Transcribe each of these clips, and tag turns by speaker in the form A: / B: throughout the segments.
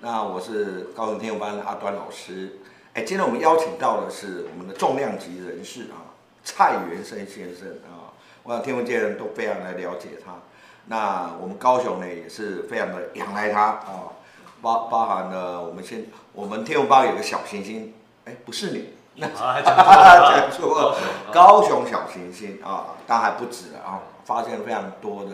A: 那我是高等天佑班的阿端老师。哎，今天我们邀请到的是我们的重量级人士啊，蔡元生先生啊，我想天文界人都非常来了解他。那我们高雄呢也是非常的仰赖他啊，包包含了我们现我们天文帮有个小行星，哎，不是你，
B: 那啊， 讲错 了
A: 讲错了，高雄小行星啊，当然还不止啊，发现非常多的。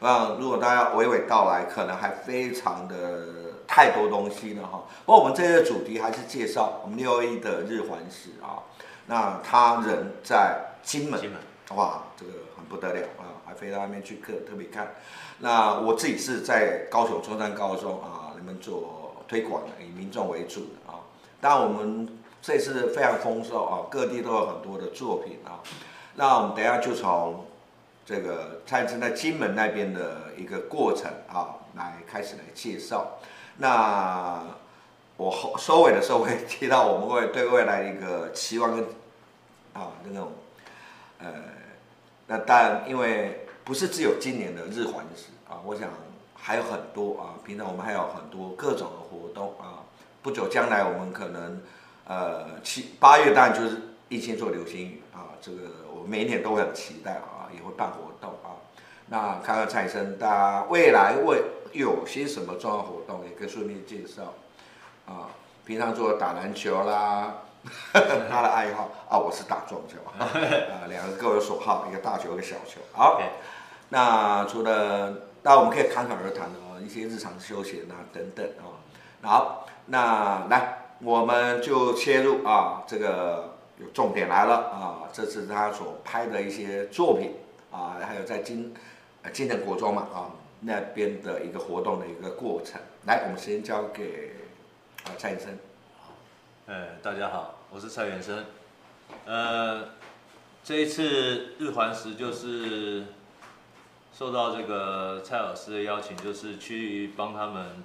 A: 我想如果大家娓娓道来，可能还非常的太多东西了哈。不过我们这次的主题还是介绍我们六一的日环食啊，那他人在金门，
B: 金门
A: 哇，这个很不得了啊，还飞到那边去课特别看。那我自己是在高雄中山高中啊，里面做推广的，以民众为主的啊。当然我们这次非常丰收啊，各地都有很多的作品啊。那我们等一下就从这个蔡生在金门那边的一个过程啊，来开始来介绍。那我后收尾的时候会提到我们会对未来的一个期望跟啊那种呃，那但因为不是只有今年的日环食啊，我想还有很多啊，平常我们还有很多各种的活动啊。不久将来我们可能呃七八月当然就是一心做流星雨啊，这个我每一年都会很期待啊，也会办活动啊。那看看蔡生，大家未来会有些什么重要活动，也可以顺便介绍啊。平常做打篮球啦， 他的爱好啊，我是打撞球啊，两个各有所好，一个大球，一个小球。好
B: OK
A: 那除了那我们可以侃侃而谈哦，一些日常休闲啊等等哦。好，那来我们就切入啊，这个有重点来了啊，这是他所拍的一些作品啊，还有在金呃金城国中嘛啊那边的一个活动的一个过程。来，我们先交给啊蔡医生。
B: 呃，大家好，我是蔡元生。呃，这一次日环食就是受到这个蔡老师的邀请，就是去帮他们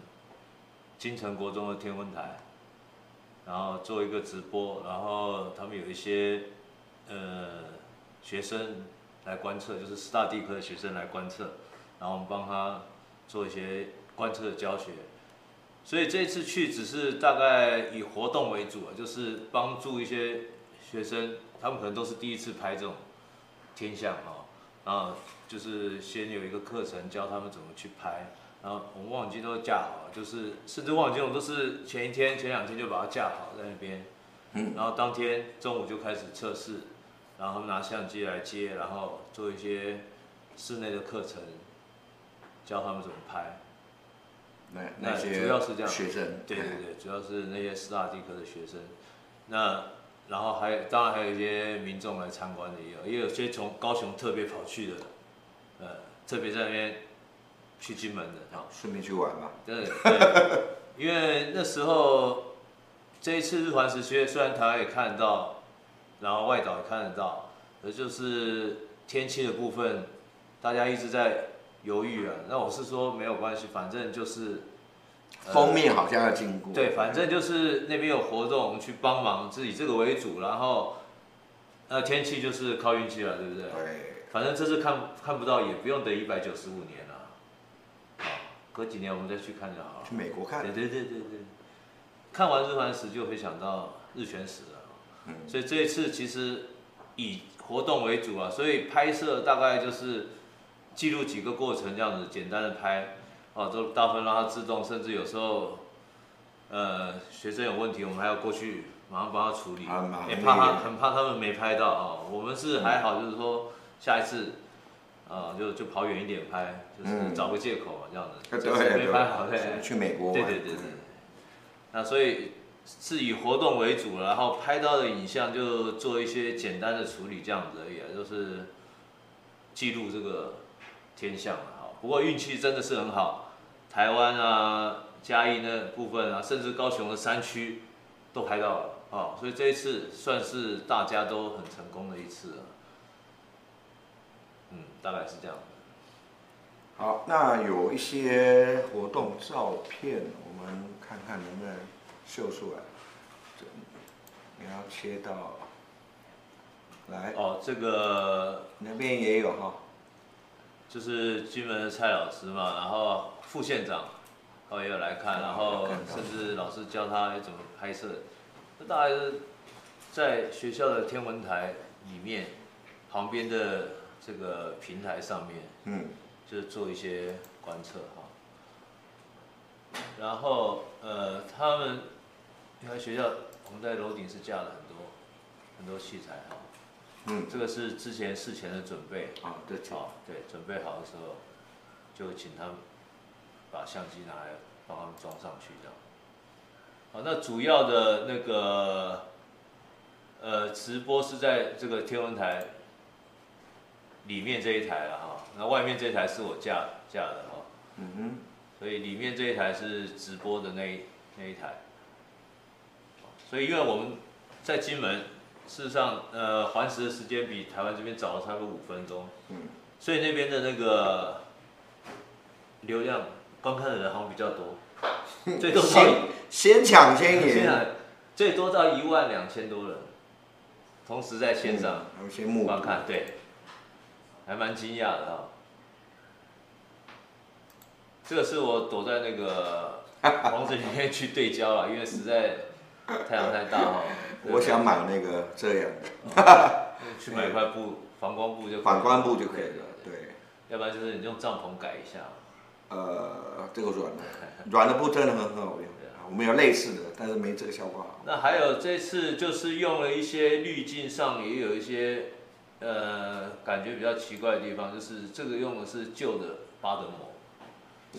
B: 金城国中的天文台，然后做一个直播，然后他们有一些呃学生来观测，就是师大地科的学生来观测，然后我们帮他做一些观测的教学。所以这次去只是大概以活动为主啊，就是帮助一些学生，他们可能都是第一次拍这种天象哦，然后就是先有一个课程教他们怎么去拍，然后我们望远镜都架好了，就是甚至望远镜我们都是前一天、前两天就把它架好在那边，
A: 嗯，
B: 然后当天中午就开始测试，然后他们拿相机来接，然后做一些室内的课程，教他们怎么拍。
A: 那
B: 那
A: 那些
B: 主要是这样
A: 学生
B: 对对对，主要是那些师大地科的学生，那然后还有当然还有一些民众来参观的也有，也有些从高雄特别跑去的，呃，特别在那边去金门的，
A: 好，顺便去玩吧。
B: 对对， 因为那时候这一次日环食学，虽然台湾也看得到，然后外岛也看得到，而就是天气的部分，大家一直在犹豫啊。那我是说没有关系，反正就是、呃
A: 封面好像要经过。
B: 对，反正就是那边有活动，我们去帮忙，是以这个为主，然后那天气就是靠运气了，对不对？
A: 对。
B: 反正这次看看不到，也不用等一百九十五年了，好隔几年我们再去看就好了。
A: 去美国看
B: 对，对对对对，看完日环食就会想到日全食了，
A: 嗯
B: 所以这一次其实以活动为主啊，所以拍摄大概就是记录几个过程这样子，简单的拍，哦，都大部分让它自动，甚至有时候，呃，学生有问题，我们还要过去马上帮他处理，
A: 啊马上
B: 也
A: 那
B: 怕他
A: 个
B: 很怕他们没拍到哦，我们是还好，就是说下一次。啊、就就跑远一点拍，就是
A: 嗯
B: 找个借口啊嘛，这样子。
A: 对
B: 这次没拍好，对。
A: 对，去美国
B: 对
A: 玩。
B: 对对对。那所以是以活动为主，然后拍到的影像就做一些简单的处理，这样子而已、啊，就是记录这个天象啊。好不过运气真的是很好，台湾啊、嘉义那部分啊，甚至高雄的山区都拍到了啊、所以这一次算是大家都很成功的一次啊。嗯，大概是这样。
A: 好，那有一些活动照片，我们看看能不能秀出来。这你要切到，来
B: 哦，这个
A: 那边也有哈。
B: 就是金门的蔡老师嘛，然后副县长，哦也有来看，然后甚至老师教他哎怎么拍摄，那大概是在学校的天文台里面旁边的这个平台上面，
A: 嗯，
B: 就是做一些观测哈。然后呃，他们因为学校我们在楼顶是架了很多很多器材哈，
A: 嗯，
B: 这个是之前事前的准备，
A: 啊，对，
B: 好，对，准备好的时候就请他们把相机拿来帮他们装上去这样。好，那主要的那个呃直播是在这个天文台里面这一台了哈，那外面这一台是我架架的哈。
A: 嗯哼，
B: 所以里面这一台是直播的那一那一台。所以因为我们在金门，事实上呃环食的时间比台湾这边早了差不多五分钟，
A: 嗯，
B: 所以那边的那个流量观看的人好像比较 多，最多到
A: 先先抢先
B: 现
A: 赢，
B: 在最多到一万两千多人，同时在线上。
A: 嗯，先目睹
B: 观看，对，还蛮惊讶的哈、这个是我躲在 那个房子里面去对焦了，因为实在太阳太大哈、对
A: 我想买那个这样
B: 去买一块布，反光布就可以
A: 的
B: 了
A: 反光布就可以了，
B: 对，
A: 对，
B: 要不然就是你用帐篷改一下。
A: 呃，这个软的，软的布真的很好用啊
B: 对，啊
A: 我们有类似的，但是没这个效果好，
B: 那还有这次就是用了一些滤镜上也有一些呃感觉比较奇怪的地方，就是这个用的是旧的巴德膜，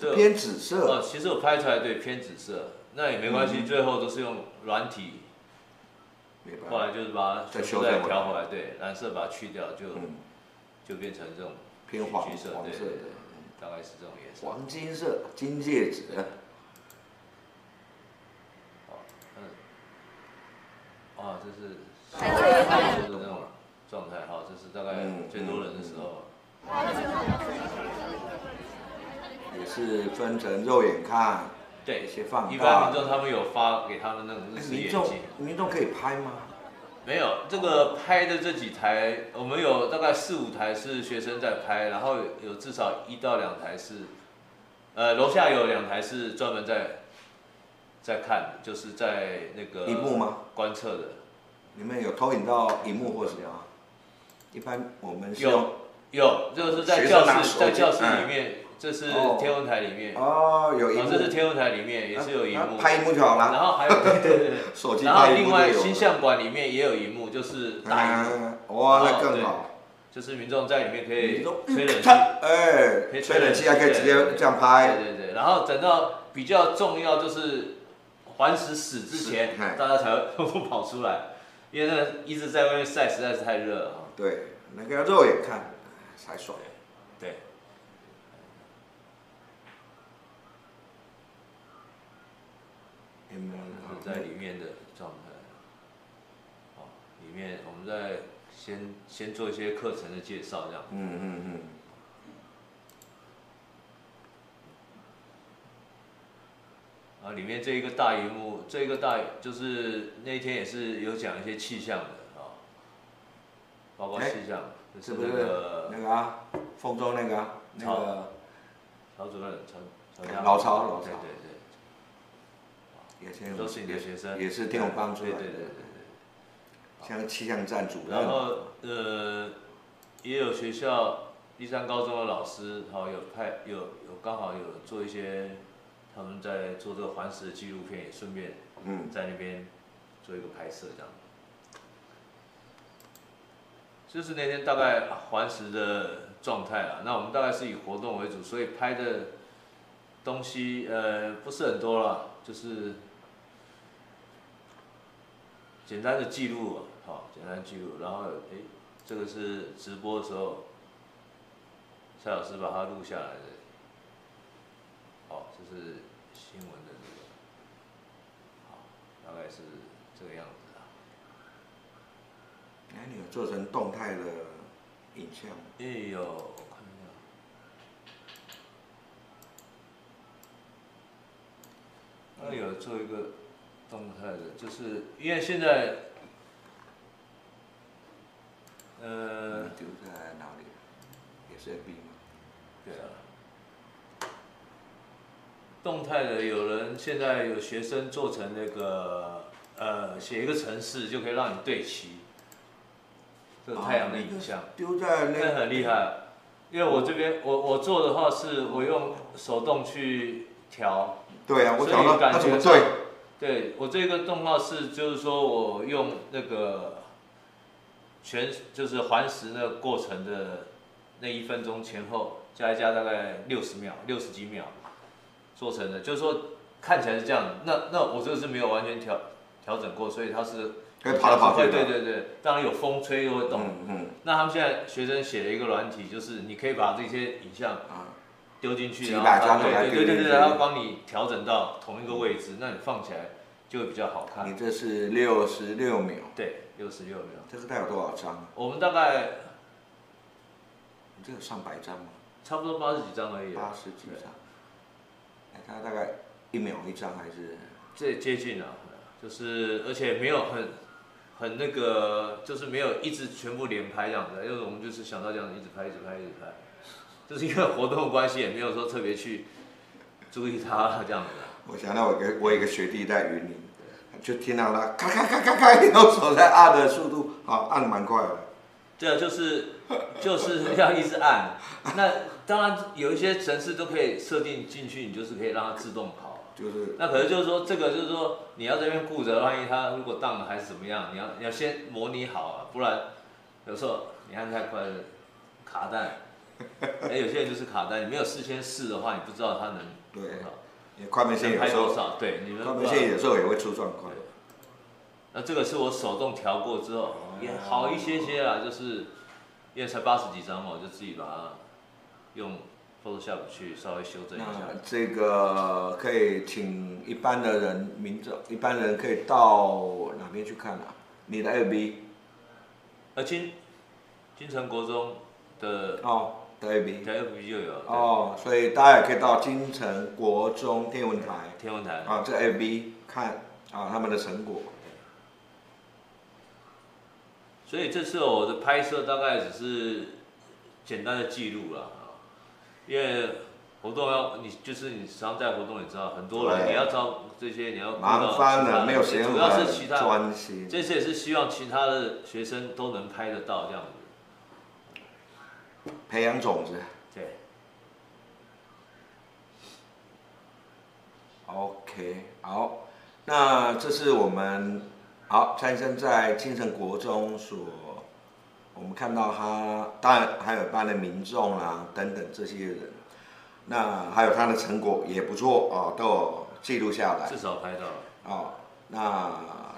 B: 这
A: 偏紫色，嗯
B: 哦，其实我拍出来对偏紫色，那也没关系，最后都是用软体，
A: 没
B: 后
A: 办法，
B: 来就是把它
A: 再
B: 全
A: 修
B: 部
A: 正
B: 再
A: 回来
B: 调回来，对，染色把它去掉，就、
A: 嗯，
B: 就变成这种
A: 偏黄
B: 橘色，
A: 黄
B: 对
A: 色
B: 对
A: 的
B: 对。，大概是这种颜色。
A: 黄金色金戒指，
B: 好，嗯，啊，这是
C: 还是有一个嗯
B: 就是那种状态哈，这是大概
A: 嗯
B: 最多人的时候。
A: 也是分成肉眼看，
B: 对
A: 一，些放大
B: 一般民众他们有发给他们那种日式
A: 哎民
B: 眼
A: 众
B: 镜，
A: 民众可以拍吗？
B: 没有，这个拍的这几台，我们有大概四五台是学生在拍，然后有至少一到两台是，呃，楼下有两台是专门在在看，就是在那个
A: 荧幕吗？
B: 观测的，
A: 你们有投影到荧幕或什么吗？一般我们是用
B: 有有，这个是在
A: 学生
B: 教
A: 拿
B: 室，
A: 手
B: 在
A: 机
B: 教室里面，这是
A: 哦
B: 天文台里面，哦，
A: 哦，有荧幕
B: 这，是天文台里面也是有荧
A: 那
B: 幕，
A: 拍荧幕就好
B: 然
A: 了。
B: 后还有对对 对，
A: 手机
B: 然后
A: 拍荧
B: 另
A: 幕就
B: 外
A: 有了
B: 星象馆里面也有荧幕，就是大荧幕，
A: 啊，哇，那
B: 哦对
A: 更好。
B: 就是民众在里面可以
A: 你都
B: 吹冷气。
A: 嗯哎
B: 可以，吹
A: 吹
B: 冷
A: 冷
B: 气
A: 气还可以直接这样拍，
B: 对对对，然后等到比较重要就是环食死之前
A: 是，哎嗨
B: 大家才会跑出来，因为那一直在外面晒实在是太热了啊。
A: 对，那个要肉眼看哎才爽。
B: 对。
A: 有没有
B: 是在
A: 嗯
B: 里面的状态。好，里面我们再先先做一些课程的介绍，这样。
A: 嗯嗯嗯。
B: 然后啊里面这一个大荧幕，这一个大就是那天也是有讲一些气象的啊，包括
A: 哎
B: 气象，就是
A: 是不
B: 那
A: 是
B: 个
A: 那个啊，丰州那个啊，那个
B: 曹主任曹曹家
A: 老曹老曹
B: 对对对。
A: 也是
B: 都是你的学生，
A: 也是天文帮出来
B: 对
A: 的，
B: 对对对
A: 像气象站主
B: 对。
A: 任
B: 然，后呃，也有学校一山高中的老师，好有派有有刚好有做一些，他们在做这个环食的纪录片，也顺便
A: 嗯，
B: 在那边做一个拍摄这样。就是那天大概啊环食的状态啊，那我们大概是以活动为主，所以拍的东西呃不是很多了，就是简单的记录啊，好，简单记录，然后诶，这个是直播的时候，蔡老师把它录下来的，好，这是新闻的这个。好，大概是这个样子啊。
A: 哎，你有做成动态的影像吗，
B: 哎呦，我看一下，那有做一个动态的，就是因为现在，呃，
A: 丢在哪里？也是 FB 吗？
B: 对啊，动态的，有人现在有学生做成那个呃，写一个程式就可以让你对齐这个太阳的影像，
A: 丢在哦那
B: 那
A: 个
B: 很厉害。因为我这边我我做的话是我用手动去调，
A: 对啊，我找到
B: 所以感
A: 他怎么
B: 觉
A: 对？
B: 对我这个动画是就是说我用那个全就是环食那个过程的那一分钟前后加一加大概六十秒六十几秒做成的，就是说看起来是这样的。那那我这个是没有完全调调整过，所以它是
A: 该哎爬来爬去
B: 会
A: 的。
B: 对对对，当然有风吹又会动。
A: 嗯嗯
B: 那他们现在学生写了一个软体，就是你可以把这些影像
A: 啊，
B: 丢进去，
A: 几
B: 然后
A: 百
B: 它
A: 张
B: 对
A: 给它
B: 对
A: 丢
B: 对
A: 进
B: 对
A: 去
B: 对，它帮你调整到同一个位置，那你放起来就会比较好看。
A: 你这是六十六秒，
B: 对，六十六秒，
A: 这个大概有多少张啊？
B: 我们大概
A: 你这有上百张吗？
B: 差不多八十几张而已，
A: 八十几张，哎，它大概一秒一张还是？
B: 这接近了，就是而且没有很很那个，就是没有一直全部连拍这样子，因为我们就是想到这样子一直拍一直拍一直拍，就是因为活动的关系也没有说特别去注意它这样子。
A: 我想到我一个我有一个学弟在云林，就听到他咔咔咔咔咔，然后手在按的速度，好按的蛮快的。
B: 对啊， 就是就是要一直按。那当然有一些程式都可以设定进去，你就是可以让它自动跑。
A: 就是
B: 那可是就是说，这个就是说你要这边顾着，万一它如果当了还是怎么样，你要你要先模拟好啊，不然有时候你按太快了卡带。哎，有些人就是卡带，你没有事先试的话，你不知道它能
A: 对
B: 多少，
A: 你快门线
B: 能
A: 有
B: 拍
A: 时
B: 多
A: 候，
B: 少，对，你们
A: 快
B: 不
A: 门
B: 知道
A: 线有时候也会出状况。
B: 那这个是我手动调过之
A: 哦
B: 后也好一些些啦，就是因为才八十几张嘛，我就自己把它用 Photoshop 去稍微修正一
A: 那
B: 下。
A: 这个可以请一般的人民众，一般人可以到哪边去看啊？你的 FB
B: 而金金城国中的
A: 哦，的 FB
B: 在 FB 就有对
A: 哦，所以大家也可以到金城国中天文台
B: 天文台，
A: 啊，这 FB 看啊他们的成果。
B: 所以这次我的拍摄大概只是简单的记录啦，啊因为活动要你就是你常在活动，你知道很多人
A: 对
B: 你要招这些你要顾到
A: 麻烦
B: 呃其他
A: 了，
B: 人
A: 没有时间
B: 主要是其他
A: 专心。
B: 这次也是希望其他的学生都能拍得到这样子。
A: 培养种子。
B: 对，
A: OK，好，那这是我们好蔡医生在清城国中所，我们看到他，当然还有一般的民众啊等等这些人，那还有他的成果也不错哦，都有记录下来
B: 至少拍到了。
A: 哦。那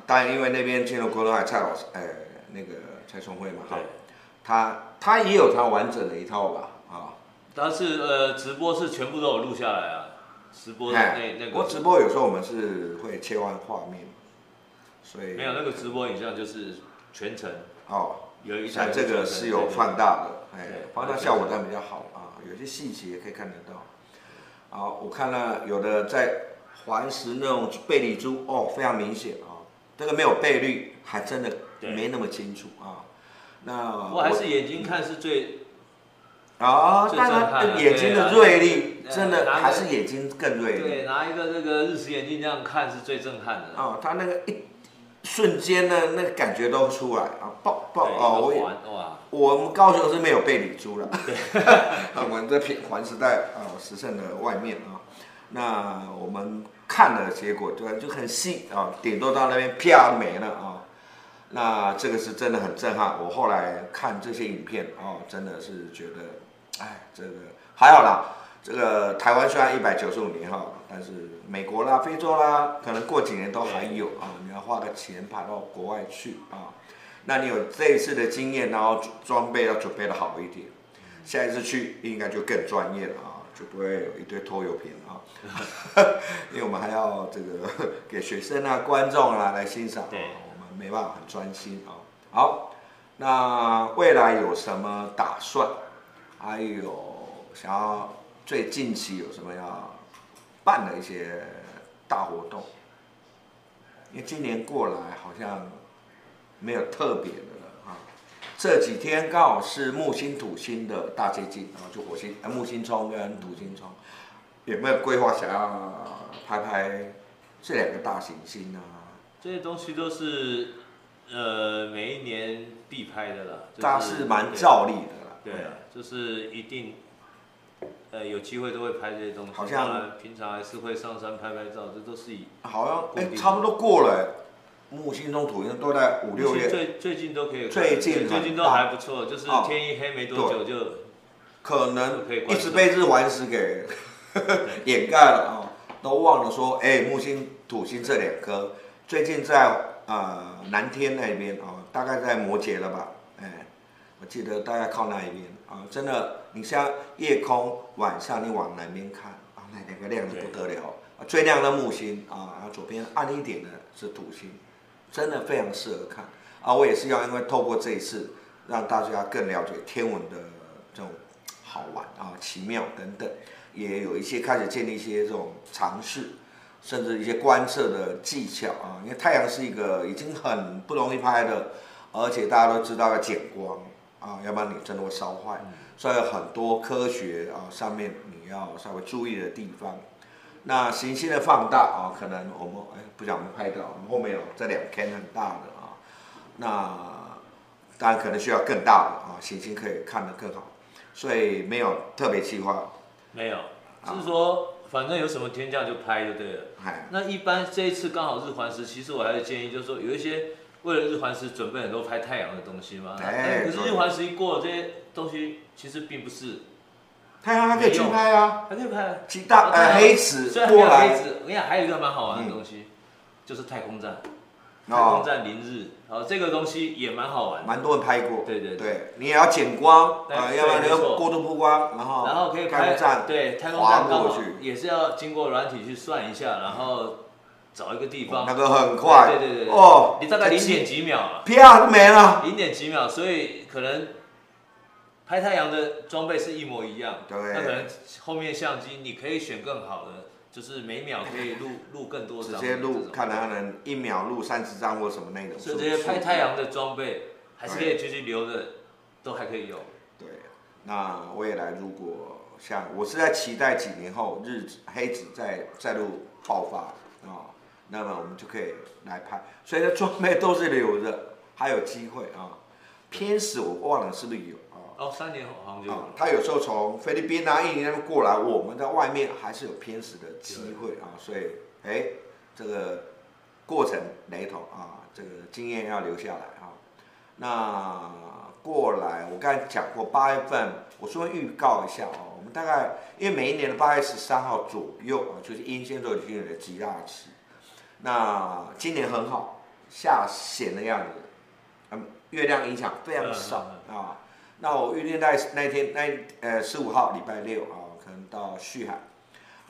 A: 当然，因为那边清城国中还有蔡老师，哎，那个蔡崇慧嘛，哈
B: 对，，
A: 他他也有他完整的一套吧，啊、
B: 但是呃，直播是全部都有录下来啊，直播的
A: 哎
B: 那那
A: 我
B: 个
A: 直播有时候我们是会切换画面，所以
B: 没有那个直播影像就是全程
A: 哦，
B: 有一
A: 像
B: 台
A: 这个是有
B: 放
A: 放大的，哎
B: 对，
A: 放大效果当然比较好啊，有些细节可以看得到。好，我看了有的在环石那种贝里珠哦，非常明显啊，这个没有倍率，还真的
B: 对
A: 没那么清楚啊。那
B: 我还是眼睛看是最
A: 啊，
B: 最
A: 当
B: 震撼
A: 然
B: 了
A: 眼睛的锐利，
B: 对啊
A: 真
B: 对
A: 的
B: 啊
A: 还是眼睛更锐利。
B: 对，拿一个这个日食眼镜这样看是最震撼的。
A: 哦，他那个一瞬间呢，那个感觉都出来啊，爆爆
B: 对
A: 哦！我
B: 一个
A: 也
B: 环哇，
A: 我们高雄是没有被理珠了， 我们这片环是在啊石胜的外面啊，那我们看了结果对吧，就很细啊，顶多到那边啪没了啊。那这个是真的很震撼，我后来看这些影片哦，真的是觉得，哎，这个还好啦。这个台湾虽然一百九十五年哈，但是美国啦、非洲啦，可能过几年都还有啊。你要花个钱跑到国外去啊，那你有这一次的经验，然后装备要准备的好一点，下一次去应该就更专业了啊，就不会有一堆拖油瓶啊。 因为我们还要这个 给学生啊、观众啊来欣赏啊，
B: 对
A: 我们没办法很专心啊。好，那未来有什么打算？还有想要最近期有什么要办的一些大活动？因为今年过来好像没有特别的了啊。这几天刚好是木星土星的大接近，然后就火星、呃木星冲跟土星冲。有没有规划想要拍拍这两个大行星啊？
B: 这些东西都是呃每一年必拍的啦，就是
A: 大家是蛮照例的啦。
B: 对，对
A: 啊，
B: 就是一定呃有机会都会拍这些东西，
A: 好像
B: 当然平常还是会上山拍拍照，这都是以
A: 好像哎、
B: 固定
A: 差不多过了，木星中土星都在五六
B: 其实
A: 月，
B: 最最近都可以看，
A: 最近
B: 对最近都
A: 很大
B: 还不错，就是
A: 哦
B: 天一黑没多久就
A: 可能
B: 可以
A: 一
B: 观察
A: 直被日环食给 掩盖了啊、都忘了说哎、木星土星这两颗最近在呃南天那边啊、大概在摩羯了吧？哎、我记得大概靠那一边啊、真的，你像夜空晚上你往南边看啊，那两个亮的不得了，啊最亮的木星啊，然后左边暗一点的是土星，真的非常适合看啊！我也是要因为透过这一次，让大家更了解天文的这种好玩啊、奇妙等等，也有一些开始建立一些这种尝试，甚至一些观测的技巧啊。因为太阳是一个已经很不容易拍的，而且大家都知道要减光啊，要不然你真的会烧坏。所以有很多科学啊上面你要稍微注意的地方。那行星的放大啊，可能我们哎不小心拍到，我们后面有这两天很大的啊，那当然可能需要更大的啊，行星可以看得更好，所以没有特别计划，
B: 没有，是说反正有什么天降就拍就对了。
A: 哎，
B: 那一般这一次刚好日环食，其实我还是建议，就是说有一些为了日环食准备很多拍太阳的东西嘛。
A: 哎
B: 可是日环食一过，这些东西其实并不是，
A: 太阳还可以去拍啊，
B: 还可以拍啊。
A: 极大
B: 太
A: 呃
B: 阳
A: 黑子
B: 虽然没
A: 过
B: 有黑
A: 来嗯
B: 子，我跟你讲，还有一个蛮好玩的东西，就是太空站，太空
A: 哦，
B: 站凌日，好，这个东西也蛮好玩的。
A: 蛮多人拍过，
B: 对对对
A: 对，你也要减光
B: 对
A: 啊，
B: 对
A: 要不然你要
B: 没错
A: 过度曝光，然后
B: 然后可以
A: 开
B: 拍
A: 幕战
B: 对太空
A: 划
B: 站刚
A: 过
B: 好
A: 去，
B: 也是要经过软体去算一下，然后找一个地方
A: 那，个很快，
B: 对对对对
A: 哦，
B: 你大概
A: 这
B: 零点几秒啊。
A: 啪就没了。
B: 零点几秒，所以可能拍太阳的装备是一模一样。
A: 对
B: 那可能后面相机你可以选更好的，就是每秒可以录录更多张。
A: 直接录，，看能不能一秒录三十张或什么内容。是
B: 所以
A: 不
B: 这
A: 是
B: 些拍太。阳的装备还是可以继续留着，都还可以用。
A: 对，那未来如果像我是在期待几年后日子黑子再再度爆发啊、哦那么我们就可以来拍，所以呢装备都是留着，还有机会啊、偏死我忘了是不是有啊？
B: 哦，三年后好像就有
A: 啊
B: 了，
A: 他有时候从菲律宾啊、印尼那边过来，我们在外面还是有偏食的机会啊，所以哎，这个过程雷同啊，这个经验要留下来啊。那过来，我刚才讲过，八月份我稍微预告一下哦，我们大概因为每一年的八月十三号左右啊，就是英仙座女的极大期。那今年很好，下弦的样子，嗯，月亮影响非常少
B: 嗯
A: 啊。那我预定在那一天那一呃十五号礼拜六啊，可能到旭海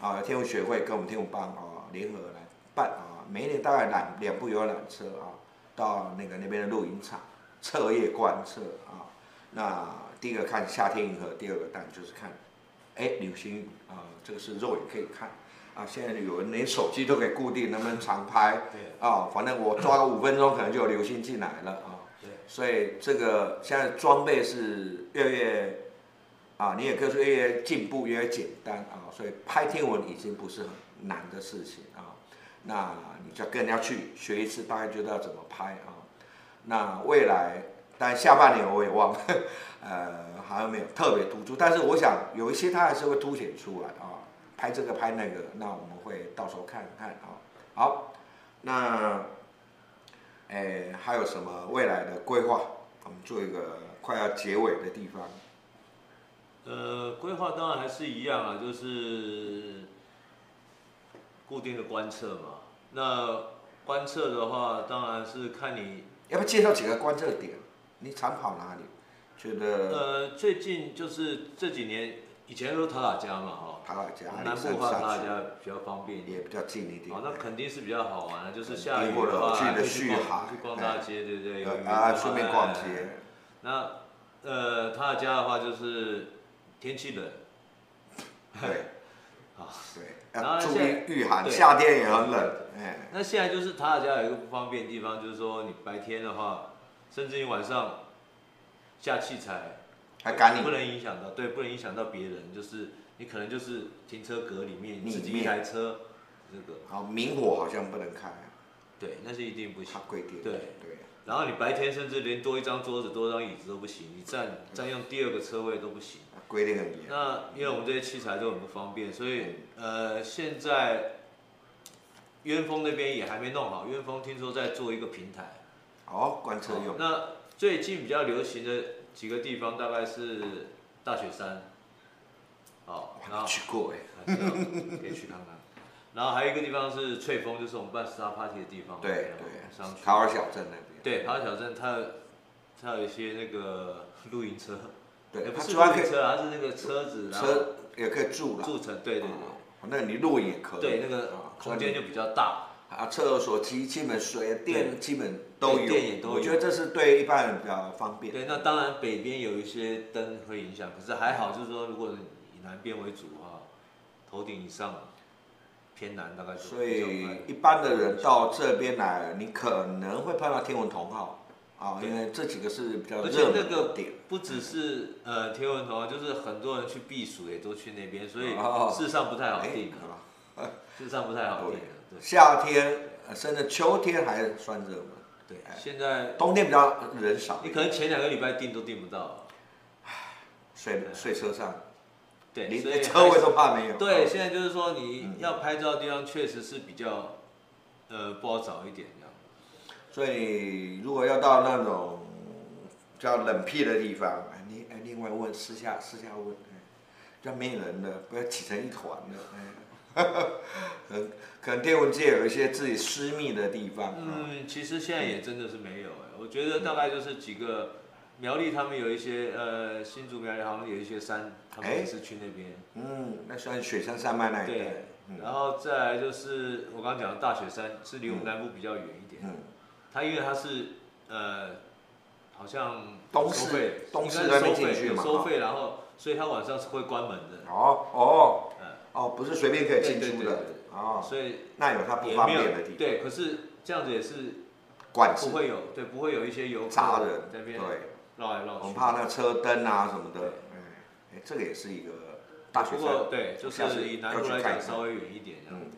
A: 啊天文学会跟我们天文帮啊联合来办啊，每一年大概两两部游览车啊，到那个那边的露营场彻夜观测啊。那第一个看夏天银河，第二个当然就是看哎流星雨啊、这个是肉眼可以看啊。现在有人连手机都给固定，能不能常拍？
B: 对
A: 啊、反正我抓个五分钟，可能就有流星进来了啊、
B: 对
A: 所以这个现在装备是越来越啊，你也可以说越来越进步，越来越简单啊、所以拍天文已经不是很难的事情啊、那你就跟人家去学一次，大概就知道怎么拍啊、那未来，但下半年我也忘了， 呃，好像没有特别突出，但是我想有一些它还是会凸显出来啊、拍这个拍那个，那我们会到时候看看啊、好，那，诶，哎还有什么未来的规划？我们做一个快要结尾的地方。
B: 呃，规划当然还是一样啊，就是固定的观测嘛。那观测的话，当然是看你
A: 要不介绍几个观测点？你常跑哪里？觉得
B: 呃，最近就是这几年，以前都是塔塔加嘛，哈、
A: 爬到家里
B: 呃南部的
A: 山
B: 话塔塔
A: 上
B: 加比较方便一
A: 去
B: 点。
A: 也比较近一点
B: 哦，。那肯定是比较好玩的，就是下
A: 肯
B: 雨
A: 定或者
B: 的话，
A: 去
B: 还可
A: 的
B: 以去
A: 旭
B: 逛
A: 海
B: 去逛大街，对不对？有
A: 对
B: 云
A: 啊，
B: 的
A: 顺
B: 话
A: 便逛。
B: 哎
A: 街，
B: 那呃，塔塔加的话就是天气冷，
A: 对，
B: 好
A: 对，
B: 然后
A: 要注意
B: 现
A: 御寒，
B: 对
A: 夏天也很冷，哎，
B: 那现在就是塔塔加有一个不方便的地方，就是说你白天的话，甚至你晚上架器材，
A: 还赶你
B: 不能影响到，对，不能影响到别人，就是你可能就是停车格里面
A: 里
B: 自己一
A: 面
B: 台车，这个
A: 好，明火好像不能开，
B: 对，那是一定不行
A: 它。规定。
B: 对
A: 对，
B: 然后你白天甚至连多一张桌子、多一张椅子都不行，你占占用第二个车位都不行。
A: 它规定很严。
B: 那因为我们这些器材都很不方便，所以呃，现在渊峰那边也还没弄好。渊峰听说在做一个平台，
A: 好，观车用。
B: 那最近比较流行的几个地方大概是大雪山，好
A: 我，
B: 然
A: 还
B: 后
A: 没去过哎。
B: 啊是啊可以去看看。然后还有一个地方是翠峰，就是我们办 star party 的地方，
A: 对
B: 商
A: 对，
B: 区
A: 卡尔小镇那边。
B: 对，爬小镇它有它有一些那个 露营车，
A: 对，
B: 哎不
A: 它
B: 是
A: 主
B: 露
A: 要可
B: 营
A: 以
B: 车啊，它是那个车子，然后
A: 车也可以住了。
B: 铸成，对对
A: 啊
B: 对，
A: 那你露营也可以。
B: 对，那个
A: 啊
B: 空间就比较大，
A: 啊，厕所基基本水电
B: 对
A: 基本都有，
B: 对电也都有
A: 我觉得这是对一般人比较方便。
B: 对，那当然北边有一些灯会影响，可是还好，就是说如果以南边为主的话，头顶以上偏南大概就
A: 所
B: 比较
A: 以
B: 慢
A: 一般的人到这边来，你可能会碰到天文同号啊，
B: 对
A: 因为这几个是比较
B: 而
A: 热
B: 且
A: 门
B: 那
A: 的
B: 个
A: 点。嗯
B: 不只是呃天文台，就是很多人去避暑也都去那边，所以
A: 哦
B: 事实上不太好
A: 哎
B: 定，啊
A: 好吧
B: 事实上不太好定的，啊对
A: 夏天呃甚至秋天还算热门，
B: 对
A: 哎，
B: 现在
A: 冬天比较人少一点。
B: 你可能前两个礼拜订都订不到，
A: 睡睡车上，
B: 对，
A: 连
B: 所以
A: 连车位
B: 还
A: 都怕没有。
B: 是对，现在就是说你
A: 哦嗯
B: 要拍照的地方确实是比较呃不好找一点这样。
A: 所以如果要到那种叫冷僻的地方，哎，另哎另外问私下私下问，哎，叫没人的，不要挤成一团的，哎， 可能可能天文界有一些自己私密的地方，嗯，
B: 嗯，其实现在也真的是没有哎、我觉得大概就是几个苗栗他们有一些呃新竹苗栗好像有一些山，他们
A: 哎
B: 也是去那边。
A: 嗯，那算雪山山脉那一带
B: 对，
A: 嗯
B: 然后再来就是我刚刚讲的大雪山是离我
A: 嗯
B: 们南部比较远一点，
A: 嗯，
B: 它因为它是呃好像
A: 东
B: 收
A: 市
B: 费
A: 东
B: 应
A: 市
B: 该
A: 那
B: 是
A: 边
B: 收费
A: 进去
B: 有
A: 嘛
B: 收
A: 哈
B: 费，然后所以它晚上是会关门的，
A: 哦哦
B: 嗯，
A: 哦，不是随便可以进出
B: 对对
A: 的
B: 对对，
A: 哦，
B: 所以
A: 那有它不
B: 也
A: 方
B: 没有
A: 便的地方，
B: 对，可是这样子也是
A: 管制
B: 不会有对不会有一些游客
A: 扎人，
B: 在那
A: 对
B: 边。绕来绕
A: 我
B: 去
A: 们。怕那车灯啊什么
B: 对
A: 的，哎，哎，这个也是一个大学
B: 不
A: 生
B: 过对，就
A: 下次
B: 是以南
A: 要
B: 部
A: 去
B: 来
A: 看一
B: 讲
A: 看
B: 稍微远一点这样
A: 嗯
B: 子。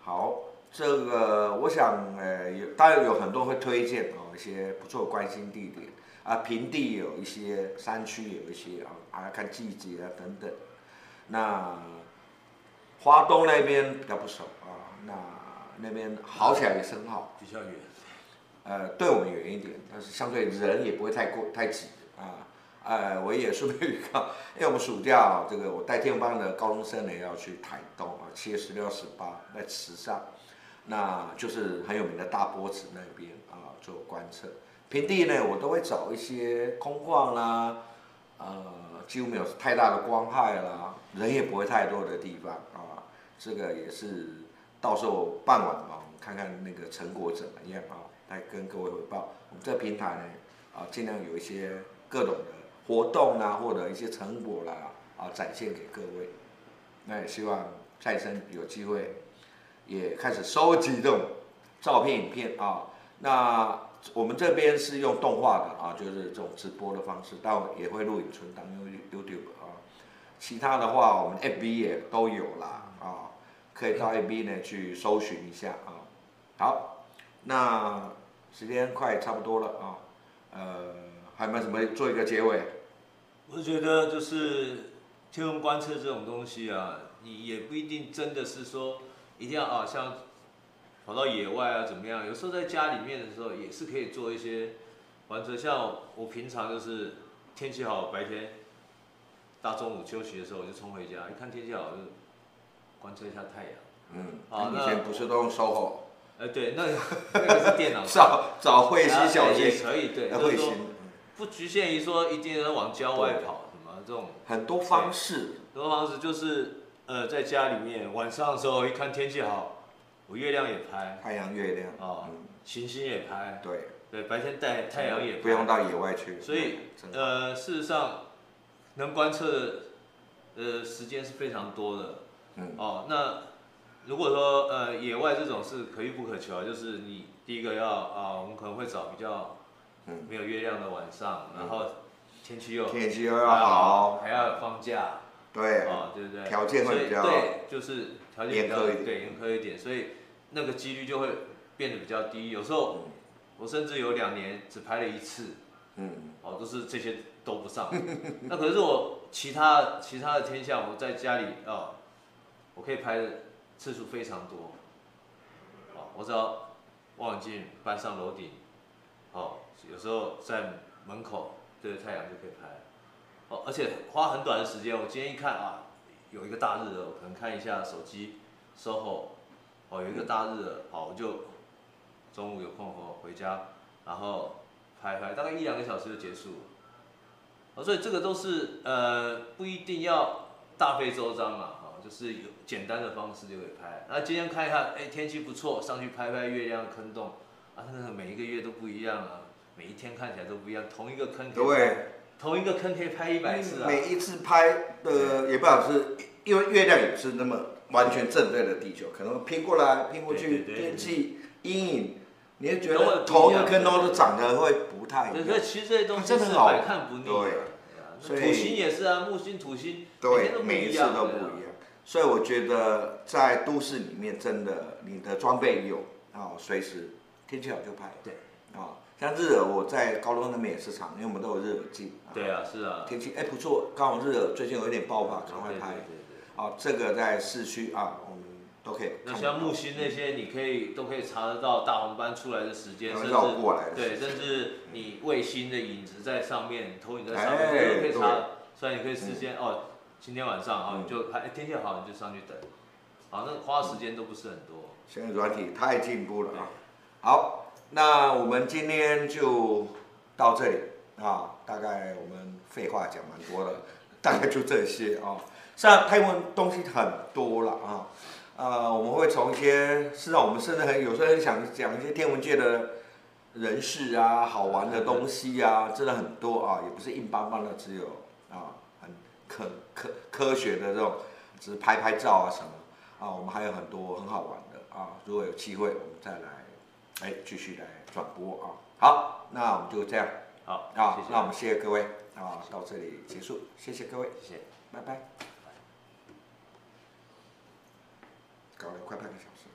A: 好，这个我想，呃，有当然有很多人会推荐哦，一些不错的观星地点啊，平地有一些，山区有一些啊，啊，看季节啊等等。那华东那边比较不熟啊，那那边好起来也是很好，
B: 啊比较远，
A: 呃，对我们远一点，但是相对人也不会太过太挤啊。呃，我也顺便预告，因为我们暑假啊，这个我带天文班的高中生呢要去台东啊，七月十六、十八在池上，那就是很有名的大波子那边啊做观测。平地呢，我都会找一些空旷啦，呃，几乎没有太大的光害啦，人也不会太多的地方啊。这个也是到时候傍晚啊，我们看看那个成果怎么样啊，来跟各位汇报。我们这平台呢，啊，尽量有一些各种的活动啦，或者一些成果啦，啊，展现给各位。那也希望再生有机会也开始收集这种照片、影片啊。那我们这边是用动画的啊，就是这种直播的方式，但我也会录影存档用 YouTube 啊。其他的话，我们 FB 也都有啦啊，可以到 FB 呢去搜寻一下啊。好，那时间快差不多了啊，呃，还有没有什么做一个结尾？
B: 我觉得就是天文观测这种东西啊，你也不一定真的是说一定要啊，像跑到野外啊怎么样？有时候在家里面的时候也是可以做一些观测，像我我平常就是天气好白天。大中午休息的时候，我就冲回家，一看天气好，就观测一下太阳。
A: 嗯，
B: 好
A: 以
B: 那
A: 前不是都用 SOHO
B: 哎、对，那那个是电脑
A: 找找慧心小
B: 也
A: 心，呃
B: 可 以，对，就
A: 慧
B: 是说
A: 心
B: 不局限于说一定要往郊外跑什么这种，
A: 很多方式，
B: 很多方式就是呃在家里面晚上的时候一看天气好，我月亮也拍，
A: 太阳、月亮，
B: 哦
A: 嗯，
B: 行星也拍，
A: 对，
B: 对，白天带太阳也拍
A: 不用到野外去，嗯
B: 所以
A: 真的
B: 呃事实上能观测的呃时间是非常多的，
A: 嗯
B: 哦，那如果说呃野外这种是可遇不可求啊，就是你第一个要啊、我们可能会找比较
A: 嗯
B: 没有月亮的晚上，然后天气又
A: 天气又要好，
B: 还要有放假，
A: 对，
B: 哎哦，对不对？
A: 条件会
B: 所以
A: 比较
B: 对，就是条件比
A: 严
B: 较
A: 苛一点
B: 对严苛一点，所以那个几率就会变得比较低。有时候我甚至有两年只排了一次，
A: 嗯，
B: 哦，都是这些都不上。 那可是我其他其他的天下，我在家里啊、哦我可以拍的次数非常多。哦，我只要望远镜搬上楼顶，哦，有时候在门口对着太阳就可以拍。哦，而且花很短的时间，我今天一看啊，有一个大日的，我可能看一下手机，SOHO，哦，有一个大日的，好，我就中午有空后回家，然后拍拍，大概一两个小时就结束了。哦，所以这个都是呃不一定要大费周章嘛，哈、就是有简单的方式就可以拍。那今天看一看，哎，天气不错，上去拍拍月亮坑洞，啊，那个每一个月都不一样啊，每一天看起来都不一样，同一个坑可以
A: 对，
B: 同一个坑可以拍一百次
A: 嗯
B: 啊。
A: 每一次拍的也不好是，因为月亮也不是那么完全正对着地球，可能偏过来偏过去，
B: 对对对
A: 天气阴影，你会觉
B: 都会不
A: 得
B: 一样
A: 头跟坑都长得会不太
B: 对，
A: 一
B: 所以
A: 样，
B: 其实这些东西
A: 啊真的
B: 是
A: 很好
B: 百看不腻的。
A: 对
B: 啊那
A: 所以
B: 土星也是啊，木星、土星，每天
A: 对，
B: 都不
A: 每一
B: 一
A: 次
B: 样，
A: 都不
B: 对啊
A: 一样。所以我觉得在都市里面，真的你的装备有啊，随时天气好就拍。
B: 对
A: 啊，像日耳我在高中那边也是常，因为我们都有日耳镜。啊
B: 对啊，是啊，
A: 天气哎不错，刚好日耳最近有一点爆发，赶快
B: 对
A: 拍。
B: 对对
A: 啊，这个在市区啊，我们都可以
B: 对
A: 看
B: 那
A: 得到。
B: 像木星那些，你可以都可以查得到大红斑出来的时间，
A: 然后
B: 甚
A: 绕
B: 至
A: 过来的是，
B: 对，甚至你卫星的影子在上面，投影在上
A: 哎
B: 面，这都可以查
A: 对。
B: 所以你可以事先哦，今天晚上啊，
A: 嗯
B: 你就哎天气好你就上去等，好，那花的时间都不是很多。
A: 现在软体太进步了
B: 对
A: 啊。好，那我们今天就到这里啊，大概我们废话讲蛮多了， 大概就这些啊。像泰文东西很多了啊，呃，我们会从一些，事实上我们甚至很有时候很想讲一些天文界的人事啊、好玩的东西啊，真的很多啊，也不是硬邦邦的，只有啊很科科科学的这种，只是拍拍照啊什么啊，我们还有很多很好玩的啊，如果有机会我们再来，哎，继续来转播啊。好，那我们就这样
B: 好，
A: 啊，
B: 谢谢，
A: 那我们谢谢各位啊，到这里结束，谢谢各位。
B: 谢谢。
A: 拜拜。搞了快半个小时。